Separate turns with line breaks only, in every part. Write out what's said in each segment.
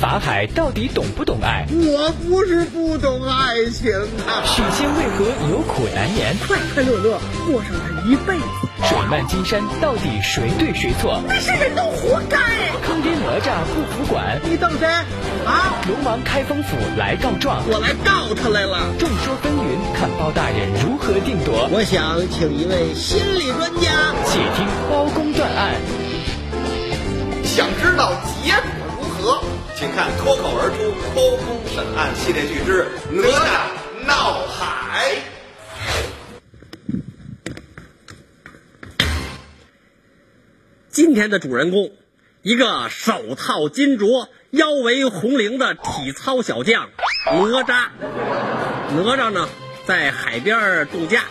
法海到底懂不懂爱？
我不是不懂爱情啊！
许仙为何有苦难言？
快快乐乐过上他一辈子。
水漫金山到底谁对谁错？
那些人都活该！
坑爹哪吒不服管，
你瞪谁啊？
龙王开封府来告状，
我来告他来了。
众说纷纭，看包大人如何定夺。
我想请一位心理专家。
且听包公断案，
想知道结果如何，请看脱口而出《包公审案》系列剧之《哪吒闹海》。
今天的主人公，一个手套金镯、腰围红绫的体操小将哪吒。哪吒呢，在海边儿度假，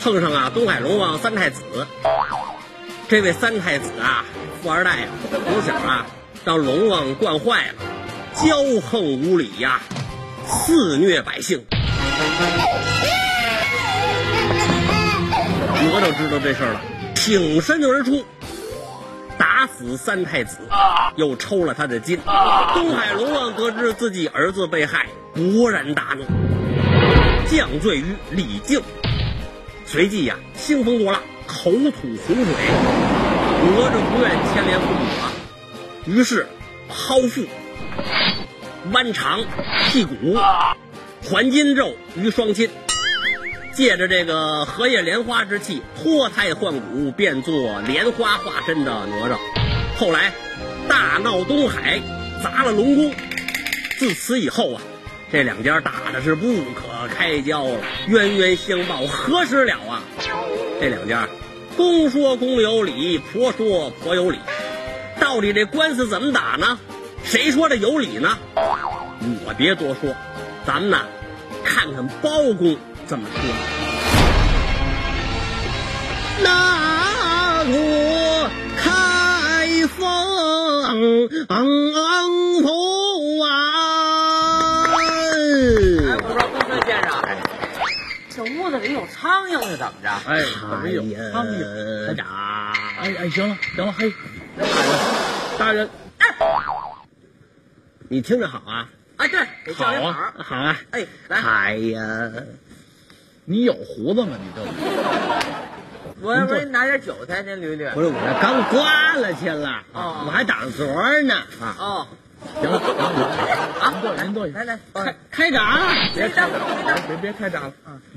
碰上啊东海龙王三太子。啊这位三太子啊，富二代啊，从小啊让龙王惯坏了，骄横无礼呀、肆虐百姓。哪吒知道这事儿了，挺身而出，打死三太子，又抽了他的筋。东海龙王得知自己儿子被害，勃然大怒，降罪于李靖。随即呀、兴风作浪，口吐洪水。哪吒不愿牵连父母啊，于是剖腹、剜肠、剔骨、还阴肉于双亲。借着这个荷叶莲花之气脱胎换骨，变作莲花化身的哪吒。后来大闹东海，砸了龙宫。自此以后啊，这两家打的是不可开交了，冤冤相报何时了啊？这两家公说公有理，婆说婆有理，到底这官司怎么打呢？谁说的有理呢？我别多说，咱们呢看看包公怎么说。那我开封府啊！
我哎说公孙先生，
哎
这屋子里有苍蝇是怎么着？
哎，怎么有苍蝇？
呀，长。
哎哎，行了行了，嘿，大人，
哎你听着好啊，
啊，对，得
好
叫一好
啊
儿。
好啊，
哎，来，
哎呀，
你有胡子吗？你这
我我拿点韭菜，您捋捋。
不是我这刚刮了去了，
哦
我还长昨儿呢啊！
哦，
行了，行了，您坐，您坐下
来，来，
开开掌，
别当，别当。
别别开闸了，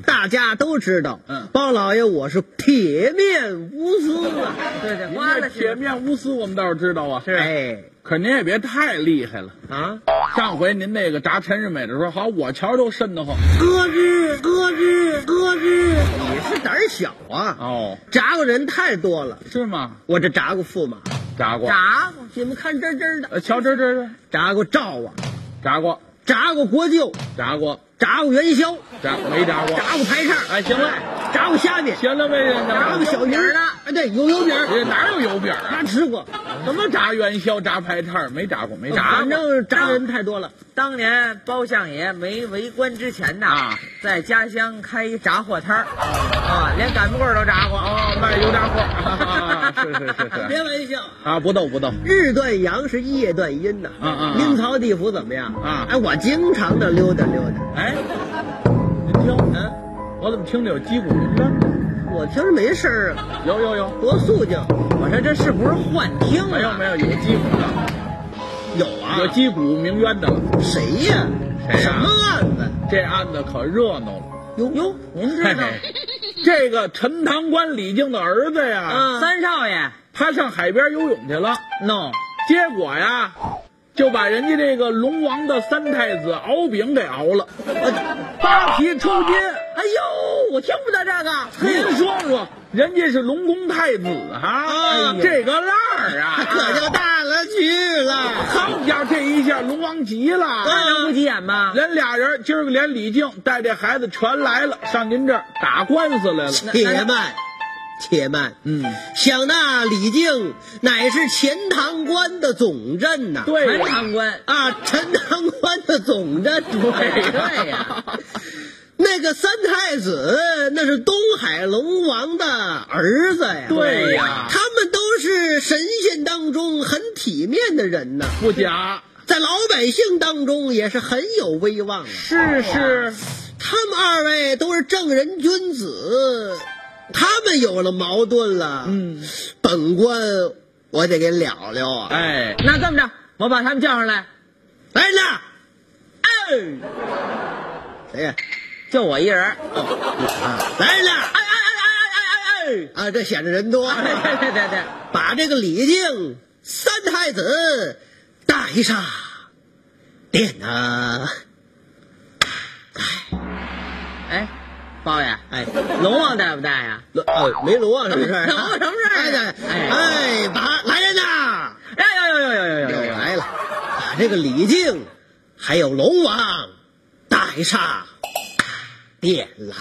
大家都知道，
嗯
包老爷我是铁面无私啊，
对对，
您
刮
这
了
铁
是。
面无私，我们倒是知道啊，是
哎
可您也别太厉害了。
啊，
上回您那个炸陈世美的时候，好，我瞧着都瘆得慌。
咯吱咯吱咯吱，你是胆儿小啊，
哦，
炸过人太多了，
是吗？
我这炸过驸马，
炸过，
炸
你们看真真的，
呃，瞧这这这，
炸过赵王，
啊炸过，
炸过国舅，
炸过，
炸过元宵，
炸没炸过？
炸过排叉，
哎，行了，
炸过虾米，
行了呗，
炸
行了。
过小鱼儿
呢
哎对，有油饼儿，
这哪有油饼啊？
他吃过，
什么炸元宵、炸排摊儿没炸过，没炸
反
过。
正炸人太多了。
当年包相爷没为官之前呐
啊，
在家乡开一炸货摊儿，啊，连擀面棍儿都炸过。
哦，卖油炸货，啊是是是是，
别玩笑，
啊，不逗不逗，
日断阳是夜断阴呐。
啊啊啊
阴曹地府怎么样？
啊
哎，我经常的溜达溜达。
哎，您听，
啊，
我怎么听着有击鼓鸣啊声？
我平时没事儿啊，
有有有，
多肃静。
我说这是不是幻听啊？
没有没有，有击鼓的，
有啊，
有击鼓鸣冤的了。
谁呀？
谁呀啊
什么案子？
这案子可热闹了，
哟哟，您
嘿嘿 这个陈塘关李靖的儿子呀，
啊？
三少爷
他上海边游泳去了，
嗯，no，
结果呀，就把人家这个龙王的三太子敖丙给熬了，八皮抽筋。
哎呦，我听不得这个。
您说说，人家是龙宫太子
嗯
啊，
哎呀
这个浪儿
可
啊，
就大了去了。
好家伙，这一下龙王急了，
那能不急眼吗？
人俩人今儿个连李靖带这孩子全来了，上您这儿打官司来了。
且慢，且慢。
嗯，
想那李靖乃是钱塘关的总镇呐、
对
陈
呀，
长官，
啊，陈塘关的总镇。
对
对呀，
那个三太子那是东海龙王的儿子呀。
对呀
他们都是神仙当中很体面的人呐、
不假。
在
在老百姓当中也是很有威望啊。
是是，
他们二位都是正人君子，他们有了矛盾了，
嗯，
本官我得给了了啊！
哎，
那这么着，我把他们叫上来，
来人呐，哎，谁哎呀？
就我一人儿。
啊，来人呐！
哎哎哎哎哎哎哎！哎
啊，这显着人多，
哎
对对对对，
把这个李靖三太子大一杀，点呐、
哎，包爷，
哎，
龙王带不带呀？
龙呃没龙王什么事儿、啊？
龙王什么事儿
哎对
哎
哎，把来人呐！
哎呦呦呦呦呦
又
呦呦！
来了，把这个李靖还有龙王带上殿来。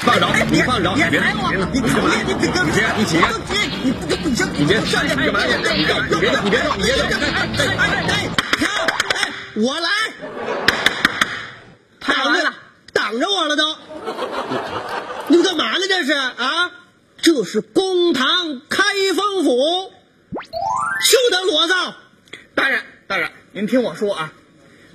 放手，你放手，
别
别
踩我！
你干嘛？你别，你别，
你不你不
你别，你干嘛去？你干，你别动，你别动，你别动！
哎，停！哎，我来，
太完了，
挡着我了都。你们干嘛呢？这是啊？这是公堂开封府，休得裸照。
大人大人，您听我说啊，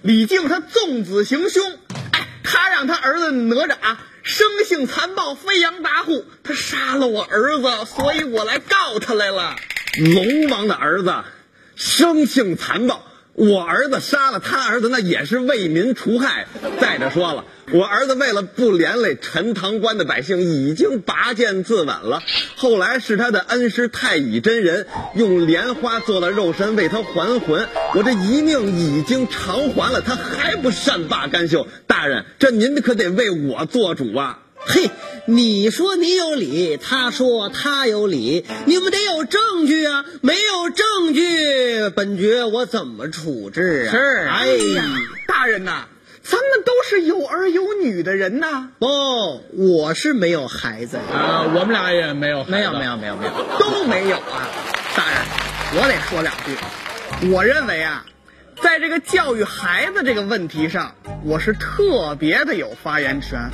李靖他纵子行凶，哎，他让他儿子哪吒啊生性残暴，飞扬跋扈，他杀了我儿子，所以我来告他来了。
龙王的儿子生性残暴，我儿子杀了他儿子，那也是为民除害。再者说了，我儿子为了不连累陈塘关的百姓，已经拔剑自刎了。后来是他的恩师太乙真人用莲花做了肉身为他还魂，我这一命已经偿还了，他还不善罢甘休。大人，这您可得为我做主啊！
嘿，你说你有理，他说他有理，你们得有证据啊！没有证据，本爵我怎么处置啊？
是
哎呀，
大人呐，咱们都是有儿有女的人呐。
哦，我是没有孩子呀。
啊，我们俩也没有，
没有没有没有没有，
都没有啊！大人，我得说两句。我认为啊，在这个教育孩子这个问题上，我是特别的有发言权，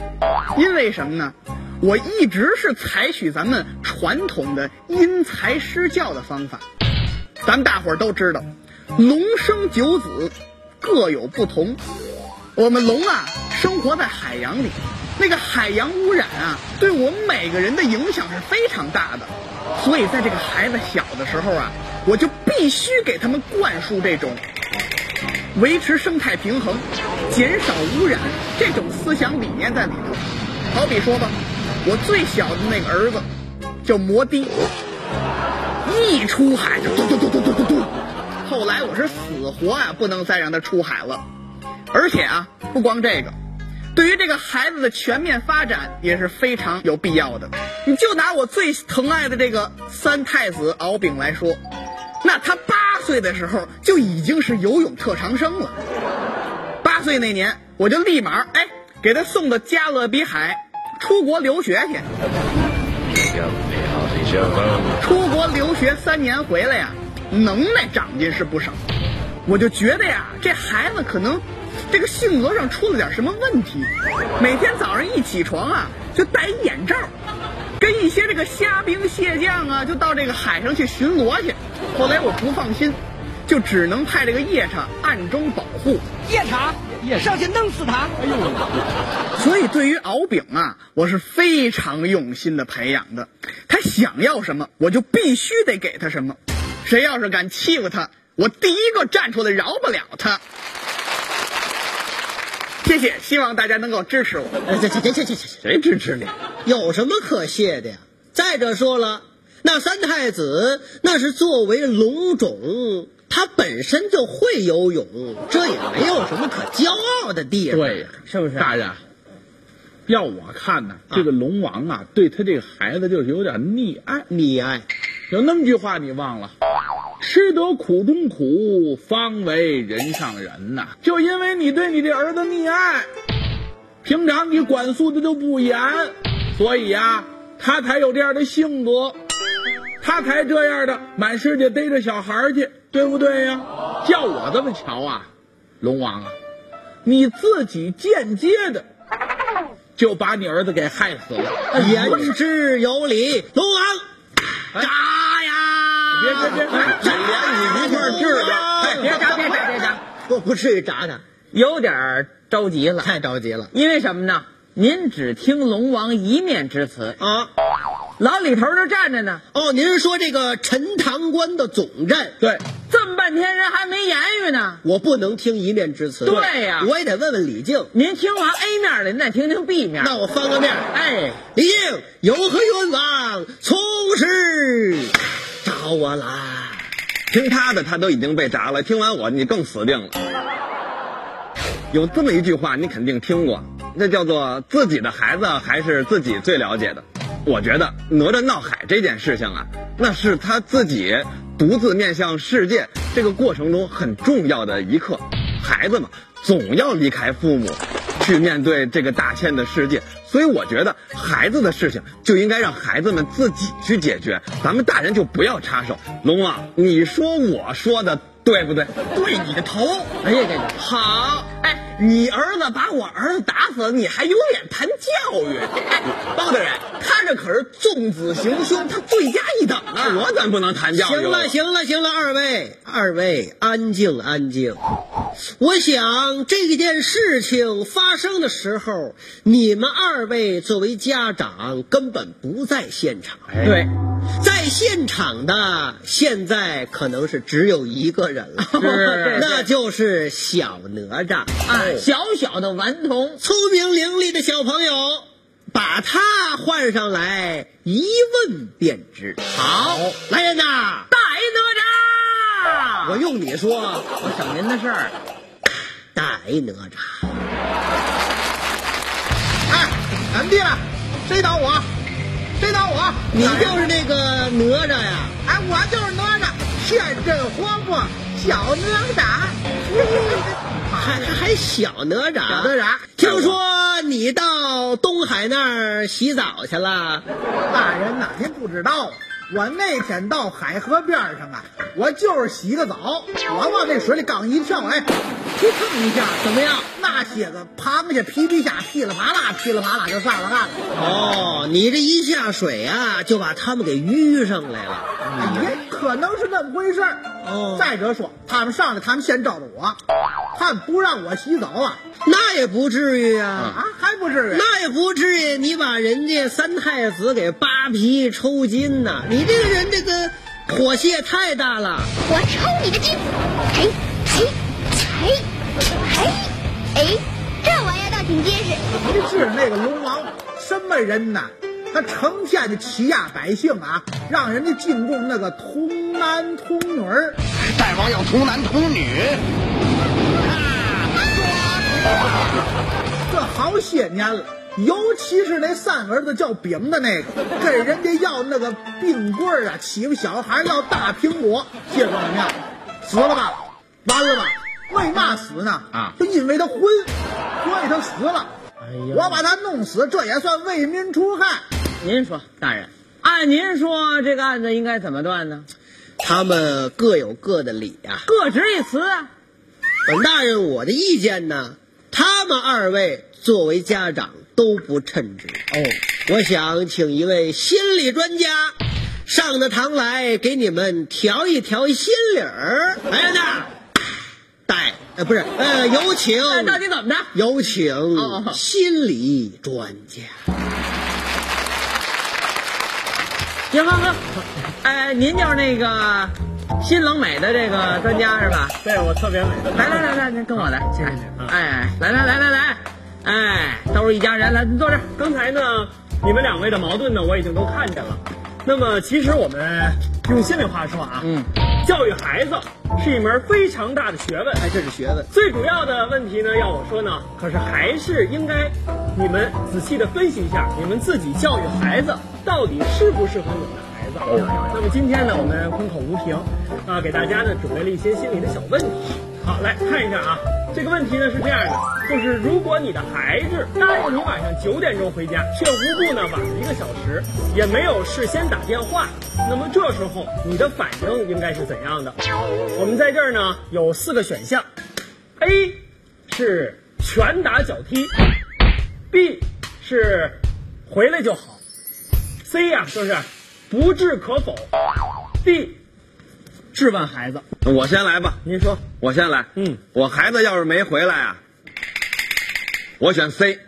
因为什么呢？我一直是采取咱们传统的因材施教的方法。咱们大伙儿都知道，龙生九子，各有不同。我们龙啊，生活在海洋里，那个海洋污染啊，对我们每个人的影响是非常大的。所以在这个孩子小的时候啊，我就必须给他们灌输这种维持生态平衡、减少污染这种思想理念在里头。好比说吧，我最小的那个儿子叫摩的，一出海就嘟嘟嘟嘟嘟嘟嘟。后来我是死活啊不能再让他出海了，而且啊不光这个，对于这个孩子的全面发展也是非常有必要的。你就拿我最疼爱的这个三太子敖丙来说，那他八岁的时候就已经是游泳特长生了。八岁那年，我就立马哎给他送到加勒比海出国留学去。出国留学三年回来呀，能耐长进是不少。我就觉得呀，这孩子可能这个性格上出了点什么问题。每天早上一起床啊，就戴一眼罩，跟一些这个虾兵蟹将啊，就到这个海上去巡逻去。后来我不放心，就只能派这个夜叉暗中保护。所以对于敖丙啊，我是非常用心的培养的。他想要什么，我就必须得给他什么。谁要是敢欺负他，我第一个站出来饶不了他。谢谢，希望大家能够支持我。
哎这这这这这这，
谁支持你？
有什么可谢的呀？再者说了，那三太子那是作为龙种，他本身就会游泳，这也没有什么可骄傲的地方。
对呀，
是不是？
大人，要我看呢，这个龙王啊，对他这个孩子就是有点溺爱。
你哎，
有那么句话你忘了？吃得苦中苦，方为人上人呐、就因为你对你这儿子溺爱，平常你管束的都不严，所以呀、他才有这样的性格，他才这样的满世界逮着小孩儿去，对不对呀、叫我这么瞧啊，龙王啊，你自己间接的就把你儿子给害死了，
言之有理，龙王，嘎呀！
别别别别，
哎连你一块儿治了
哎别炸，别炸，别炸，
不不至于炸他，
有点儿着急了。
太着急了
因为什么呢？您只听龙王一面之词，
啊！
老李头儿这站着呢，
哦，您是说这个陈塘关的总站？
对，
这么半天人还没言语呢。
我不能听一面之词。
对呀
我也得问问李靖。
您听完 A 面的，您再听听 B 面。
那我翻个面儿，
哎，
李靖有何冤枉？从实找我来。
听他的，他都已经被炸了，听完我你更死定了。有这么一句话，你肯定听过，那叫做自己的孩子还是自己最了解的。我觉得哪吒闹海这件事情啊，那是他自己独自面向世界这个过程中很重要的一刻。孩子嘛，总要离开父母，去面对这个大千的世界。所以我觉得孩子的事情就应该让孩子们自己去解决，咱们大人就不要插手。龙王，你说我说的对不对？
对你的头。
哎呀，这个
好，哎，你儿子把我儿子打死，你还有脸谈教育？哎，包大人， 他这可是纵子行凶，他罪加一等啊！
我怎么不能谈教育？
行了，行了，行了，二位，二位，安静，安静。我想这件事情发生的时候，你们二位作为家长根本不在现场。哎
对，
在现场的现在可能是只有一个人了，
是
那就是小哪吒。
哎，小小的顽童，
聪明伶俐的小朋友，把他换上来，一问便知。好，来人呐！
大爷哪吒，
我用你说，
我省您的事儿。
大爷哪吒，
哎，怎地了？谁打我？谁打我？
你就是那个哪吒呀？
哎，我就是哪吒，陷阵荒漠小哪吒。
还还小哪吒？
小哪吒
听说你到东海那儿洗澡去了？
大人哪天不知道啊？我那天到海河边上啊，我就是洗个澡，我往那水里刚一跳，哎，扑腾一下，
怎么样？
那些个螃蟹、皮皮虾噼里啪啦、噼里啪啦就上了啊岸了。
哦，你这一下水啊，就把他们给淤上来了。嗯
也哎可能是那么回事儿。
哦
再者说，他们上来，他们先招的我，他们不让我洗澡啊，
那也不至于啊，
啊，还不至于。
那也不至于，你把人家三太子给扒皮抽筋呐、你这个人这个火气也太大了。
我抽你个筋！嘿，嘿，嘿，嘿，哎，这玩意儿倒挺结实。
您是那个龙王什么人呐？他成天的欺压百姓啊，让人家进贡那个童男童女儿。
大王要童男童女，
这好些年了，尤其是那三儿子叫饼的那个，跟人家要那个冰棍儿啊，欺负小孩儿要大苹果，结果怎么样？死了吧？完了吧？为嘛死呢？
啊
就因为他混，所以他死了。我把他弄死，这也算为民除害。
您说，大人，按您说这个案子应该怎么断呢？
他们各有各的理呀、
各执一词啊。
本大人，我的意见呢，他们二位作为家长都不称职哦。我想请一位心理专家上的堂来，给你们调一调心理儿。
哎
来人呐，带呃不是呃有请，
嗯
哎，到底怎么着？
有请
哦
心理专家。
哦
银芳哥，哎，您就是那个新冷美的这个专家是吧？
对我特别美。
来来来来，您跟我来，谢谢
啊
您。哎，来来来来来，哎，都是一家人，来，您坐这儿。
刚才呢，你们两位的矛盾呢，我已经都看见了。那么，其实我们用心里话说啊，嗯，教育孩子是一门非常大的学问。
哎，这是学问。
最主要的问题呢，要我说呢，可是还是应该你们仔细的分析一下，你们自己教育孩子到底适不适合你们的孩子。那么今天呢，我们空口无凭，啊，给大家呢准备了一些心理的小问题。好，来看一下啊，这个问题呢是这样的，就是如果你的孩子答应你晚上九点钟回家，却无故呢晚了一个小时，也没有事先打电话，那么这时候你的反应应该是怎样的？我们在这儿呢有四个选项，A 是拳打脚踢，B 是回来就好，C 呀、就是不置可否，D
质问孩子。
我先来吧，
您说，
我先来。
嗯，
我孩子要是没回来啊，我选 C，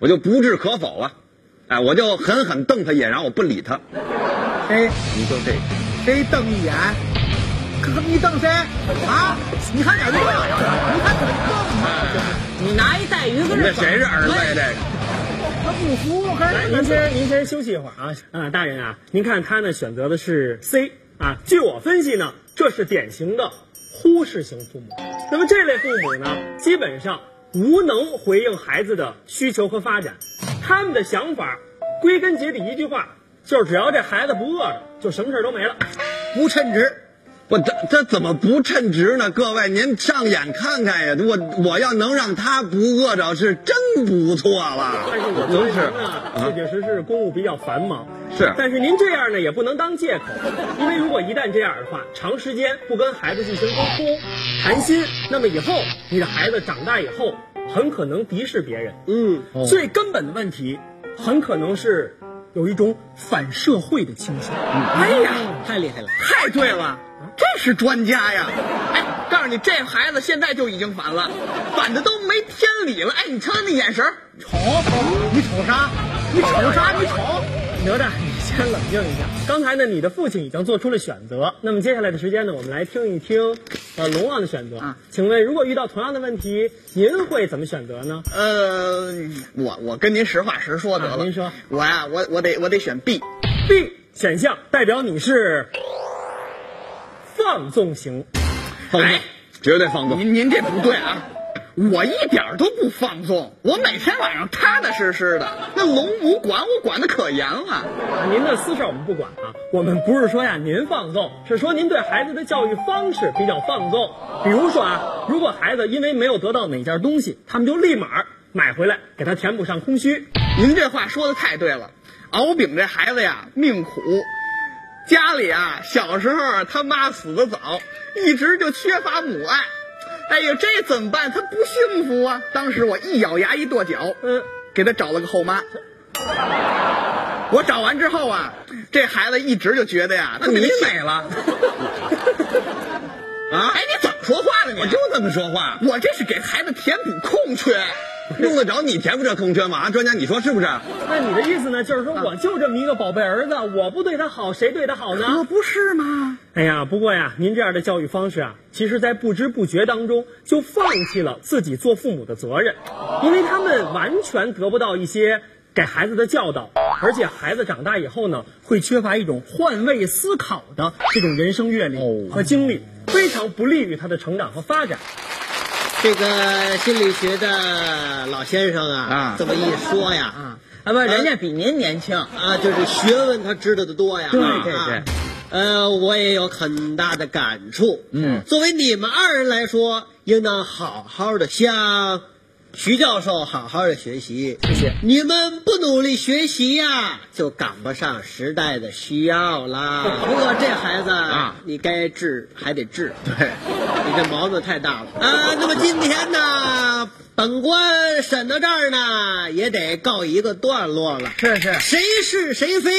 我就不置可否了。哎，我就狠狠瞪他一眼，然后我不理他。
哎，
你就这个，
谁瞪一眼？可你瞪谁啊？你看点瞪，你看点瞪。
你拿一带鱼跟
那
这
谁是儿子呀？这个。
他不服，我看
来，您先您先休息一会儿啊啊，大人啊，您看他呢选择的是 C 啊，据我分析呢，这是典型的忽视型父母。那么这类父母呢，基本上无能回应孩子的需求和发展，他们的想法归根结底一句话，就是只要这孩子不饿着，就什么事儿都没了。
不称职。
我这这怎么不称职呢？各位，您上眼看看呀！我我要能让他不饿着，是真不错了。
但是我觉
能
得
是
您呢，
啊
确？确实是公务比较繁忙。
是
但是您这样呢，也不能当借口，因为如果一旦这样的话，长时间不跟孩子进行沟通、谈心，那么以后你的孩子长大以后，很可能敌视别人。
嗯，
最根本的问题，很可能是有一种反社会的倾向。
嗯
哎呀，
嗯太厉害了。
太对了，这是专家呀！哎，告诉你，这孩子现在就已经反了，反的都没天理了。哎，你瞧他那眼神儿，瞅，你瞅啥？你瞅啥？你瞅。
哪吒，你先冷静一下。刚才呢，你的父亲已经做出了选择，那么接下来的时间呢，我们来听一听，呃，龙王的选择。
啊
请问，如果遇到同样的问题，您会怎么选择呢？
呃，我我跟您实话实说得了。
啊您说，
我呀、我我得我得选 B。
B 选项代表你是放纵型。
放纵，绝对放纵。
哎您您这不对啊！我一点儿都不放纵，我每天晚上踏踏实实的。那龙母管我管的可严了。
啊您的私事我们不管啊，我们不是说呀您放纵，是说您对孩子的教育方式比较放纵。比如说啊，如果孩子因为没有得到哪件东西，他们就立马买回来给他填补上空虚。
您这话说的太对了，敖丙这孩子呀命苦，家里啊小时候啊他妈死的早，一直就缺乏母爱。哎呀，这怎么办？他不幸福啊！当时我一咬牙一跺脚，
嗯，
给他找了个后妈。我找完之后啊，这孩子一直就觉得呀，那
你
美 了。
啊
哎，你怎么说话呢你？
我就这么说话，
我这是给孩子填补空缺。
用得着你填补这空缺吗？啊，专家，你说是不是？
那你的意思呢，就是
啊
说我就这么一个宝贝儿子，我不对他好，谁对他好呢？
可不是嘛！
哎呀，不过呀，您这样的教育方式啊，其实，在不知不觉当中就放弃了自己做父母的责任，因为他们完全得不到一些给孩子的教导，而且孩子长大以后呢，会缺乏一种换位思考的这种人生阅
哦
历和经历，非常不利于他的成长和发展。
这个心理学的老先生啊，
啊
这么一说
嗯
呀，
啊，啊不，人家比您年轻。
啊，就是学问他知道的多呀。
对
啊
对对。
呃，我也有很大的感触。嗯，作为你们二人来说，应当好好的向徐教授好好的学习。谢谢。你们不努力学习呀、就赶不上时代的需要啦。不过这孩子啊，你该治还得治。
对，
你这毛病太大了啊！那么今天呢，本官审到这儿呢，也得告一个段落了。
是是
谁是谁非，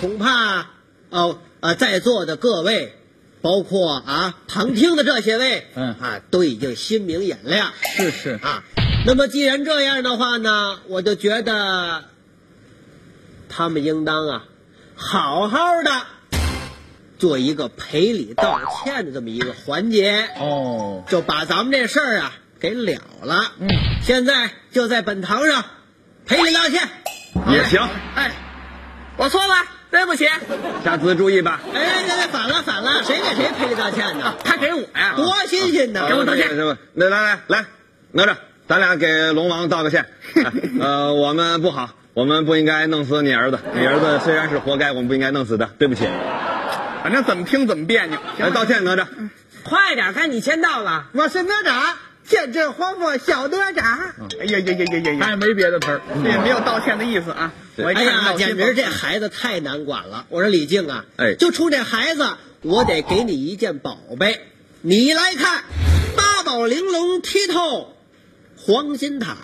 恐怕哦啊，在座的各位，包括啊旁听的这些位，
嗯
啊，都已经心明眼亮
是是，
啊。那么既然这样的话呢，我就觉得他们应当啊，好好的做一个赔礼道歉的这么一个环节。
哦，
就把咱们这事儿啊给了了。嗯，现在就在本堂上赔礼道歉。
也行，
哎，我错了，对不起。
下次注意吧。
哎，现在反了反了，谁给谁赔礼道歉呢？
啊他给我呀，啊
多新鲜呢！
道歉。那来来来，哪吒，咱俩给龙王道个 歉。哎呃，我们不好，我们不应该弄死你儿子。你儿子虽然是活该，我们不应该弄死的，对不起。
反正怎么听怎么别扭。
来道歉，哪吒。
快点，该你签到了。
我是哪吒，现正黄蜂小哪吒。
哎呀呀呀呀呀呀！
也没别的词儿。
也没有道歉的意思啊！我一
哎
看
呀，
闹心
简直这孩子太难管了！我说李静啊，
哎
就冲这孩子，我得给你一件宝贝，你来看，八宝玲珑剔透黄金塔。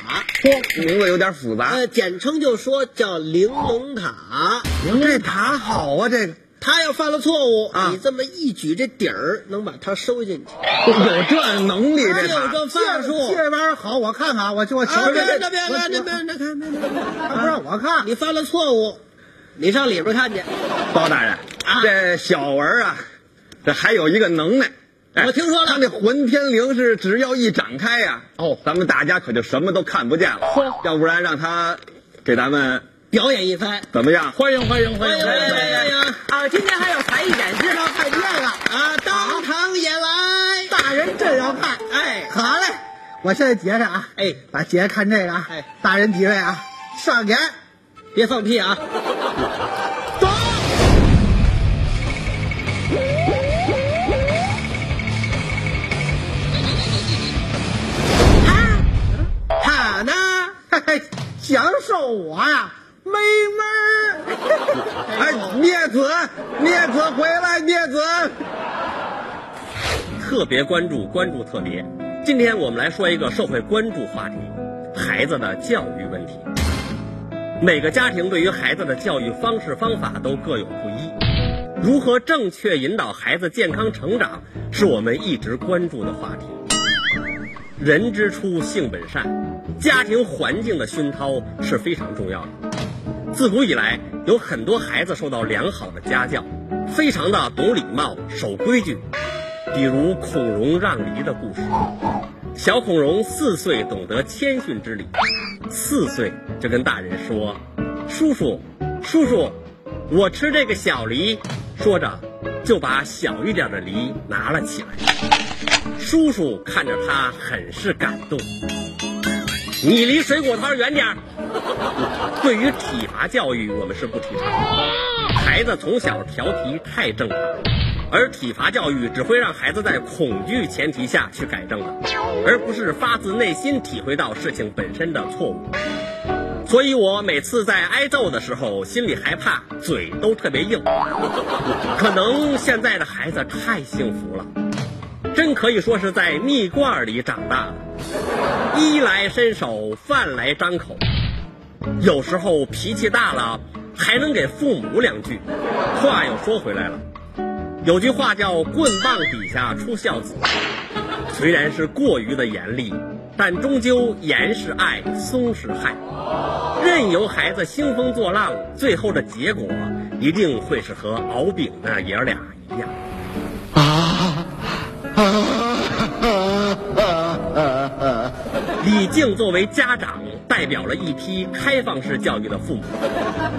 名字有点复杂。
呃，简称就说叫玲珑塔。
这塔好啊，这个
他要犯了错误，
啊
你这么一举，这底儿能把他收进去。
有这能力，
他
这
有
把
这范术。
接着玩好，我看看，我就我瞧
啊，
瞧
别
这
别别别别别别别别
他不让我看，
你犯了错误，你上里边看去。
包大人
啊
这小文啊，这还有一个能耐。哎
我听说了
他那混天绫是只要一展开呀、
哦
咱们大家可就什么都看不见了。要不然让他给咱们
表演一番。
怎么样？欢迎欢迎
欢迎欢迎欢迎！
啊，今天还有才艺展示呢，
太厉害了啊！当堂也来，大人正要看，哎，
好嘞，我现在结着啊，
哎，
把结看这个啊，
哎，
大人提位啊，上眼，
别放屁啊！走。他他呢？
嘿嘿，享受我呀，妹妹儿，
哎，孽子，孽子回来，孽子！
特别关注，关注特别。今天我们来说一个社会关注话题：孩子的教育问题。每个家庭对于孩子的教育方式方法都各有不一，如何正确引导孩子健康成长，是我们一直关注的话题。人之初，性本善，家庭环境的熏陶是非常重要的。自古以来，有很多孩子受到良好的家教，非常的懂礼貌、守规矩，比如孔融让梨的故事。小孔融四岁懂得谦逊之礼，四岁就跟大人说：“叔叔，叔叔，我吃这个小梨。”说着，就把小一点的梨拿了起来。叔叔看着他，很是感动。你离水果摊远点儿。对于体罚教育，我们是不提倡的。孩子从小调皮太正常，而体罚教育只会让孩子在恐惧前提下去改正的，而不是发自内心体会到事情本身的错误。所以我每次在挨揍的时候，心里害怕，嘴都特别硬。可能现在的孩子太幸福了，真可以说是在蜜罐儿里长大的，衣来伸手，饭来张口。有时候脾气大了，还能给父母两句。话又说回来了，有句话叫“棍棒底下出孝子”，虽然是过于的严厉，但终究严是爱，松是害。任由孩子兴风作浪，最后的结果一定会是和熬饼的爷儿俩一样。李靖作为家长，代表了一批开放式教育的父母，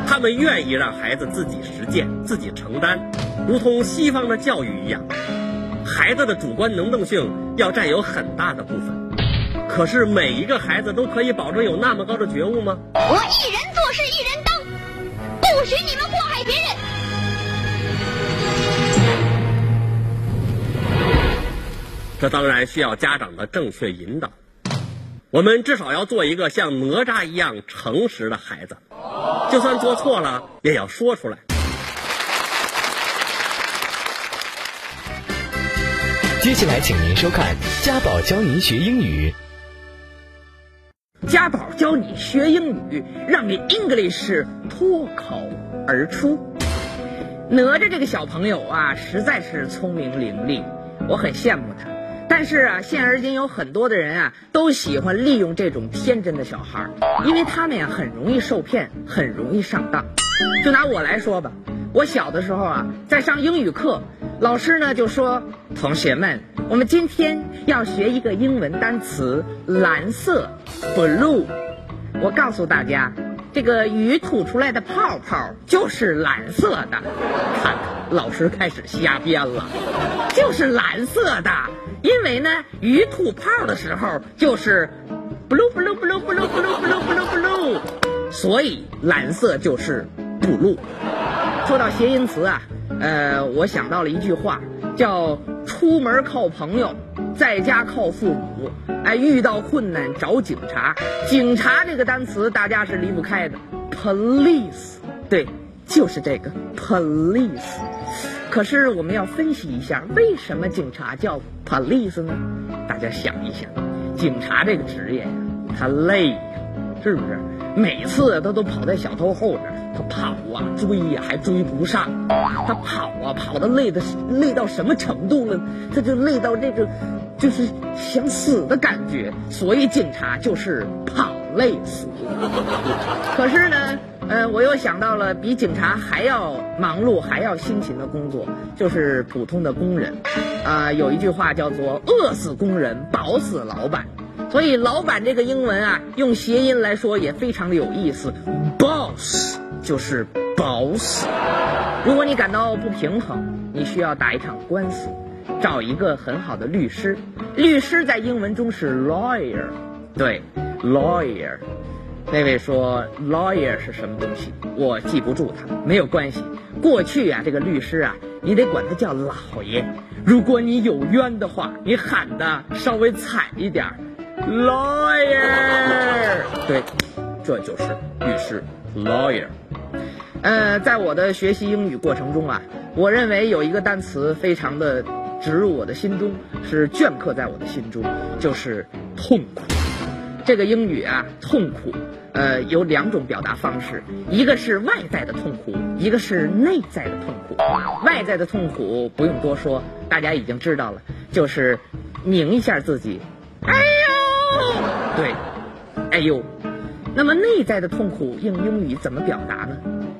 他们愿意让孩子自己实践、自己承担，如同西方的教育一样。孩子的主观能动性要占有很大的部分，可是每一个孩子都可以保证有那么高的觉悟吗？
我一人做事一人当，不许你们祸害别人。
这当然需要家长的正确引导。我们至少要做一个像哪吒一样诚实的孩子，就算做错了也要说出来。
接下来，请您收看家宝教您学英语。
家宝教你学英语，让你 English 脱口而出。哪吒这个小朋友啊，实在是聪明伶俐，我很羡慕他。但是啊，现而今有很多的人啊，都喜欢利用这种天真的小孩儿，因为他们呀很容易受骗，很容易上当。就拿我来说吧，我小的时候啊，在上英语课，老师呢就说：“同学们，我们今天要学一个英文单词，蓝色 （blue）。”我告诉大家，这个雨吐出来的泡泡就是蓝色的。看，老师开始瞎编了，就是蓝色的，因为呢，雨吐泡的时候就是 blue blue blue blue blue blue blue blue，所以蓝色就是布鲁。说到谐音词啊，呃，我想到了一句话，叫“出门靠朋友，在家靠父母”。哎，遇到困难找警察，警察这个单词大家是离不开的，police，对，就是这个 police。可是我们要分析一下，为什么警察叫 police 呢？大家想一想，警察这个职业呀，他累呀，是不是？
每次他都跑在小偷后边儿，他跑啊追呀、还追不上，他跑啊跑的累的累到什么程度呢？他就累到这个就是想死的感觉，所以警察就是跑累死。可是呢，呃，我又想到了比警察还要忙碌、还要辛勤的工作，就是普通的工人。啊、有一句话叫做“饿死工人，饱死老板”。所以“老板”这个英文啊，用谐音来说也非常的有意思，“boss” 就是饱死。如果你感到不平衡，你需要打一场官司，找一个很好的律师。律师在英文中是 lawyer，对，lawyer。那位说 lawyer 是什么东西，我记不住它，没有关系。过去啊，这个律师啊，你得管他叫老爷。如果你有冤的话，你喊的稍微惨一点儿，lawyer。对，这就是律师 lawyer。呃，在我的学习英语过程中啊，我认为有一个单词非常的植入我的心中，是镌刻在我的心中，就是痛苦。这个英语啊，痛苦，呃，有两种表达方式，一个是外在的痛苦，一个是内在的痛苦。外在的痛苦不用多说，大家已经知道了，就是拧一下自己，哎呦，对，哎呦。那么内在的痛苦用英语怎么表达呢？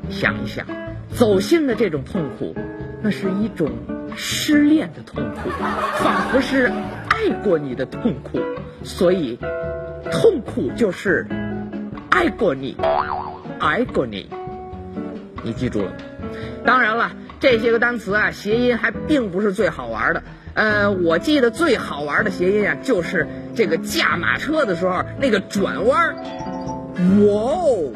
想一想，走心的这种痛苦，那是一种失恋的痛苦，仿佛是爱过你的痛苦，所以痛苦就是爱过你，爱过你，你记住了吗。当然了，这些个单词啊，谐音还并不是最好玩的。呃，我记得最好玩的谐音啊，就是这个驾马车的时候那个转弯儿，哇哦，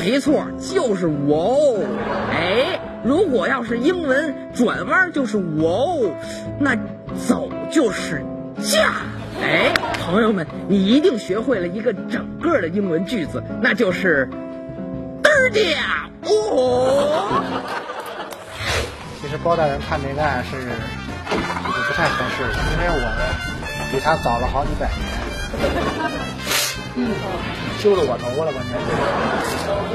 没错，就是哇哦。哎，如果要是英文转弯就是哇哦，那走就是驾。哎，朋友们，你一定学会了一个整个的英文句子，那就是嘚儿驾哦。
其实包大人看这个案是就是不太合适的，因为我比他早了好几百年。揪着我头了，关键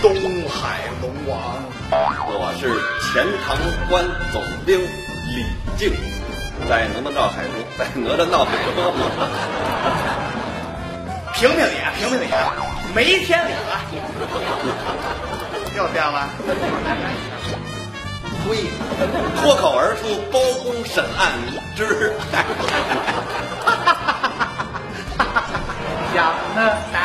东海龙王，我是钱塘关总兵李靖，在哪吒闹海中，在哪吒闹海中。
评评理，
啊
评评理，没天理了，
又掉了。 呸！啊脱口而出，包公审案之。
想得美。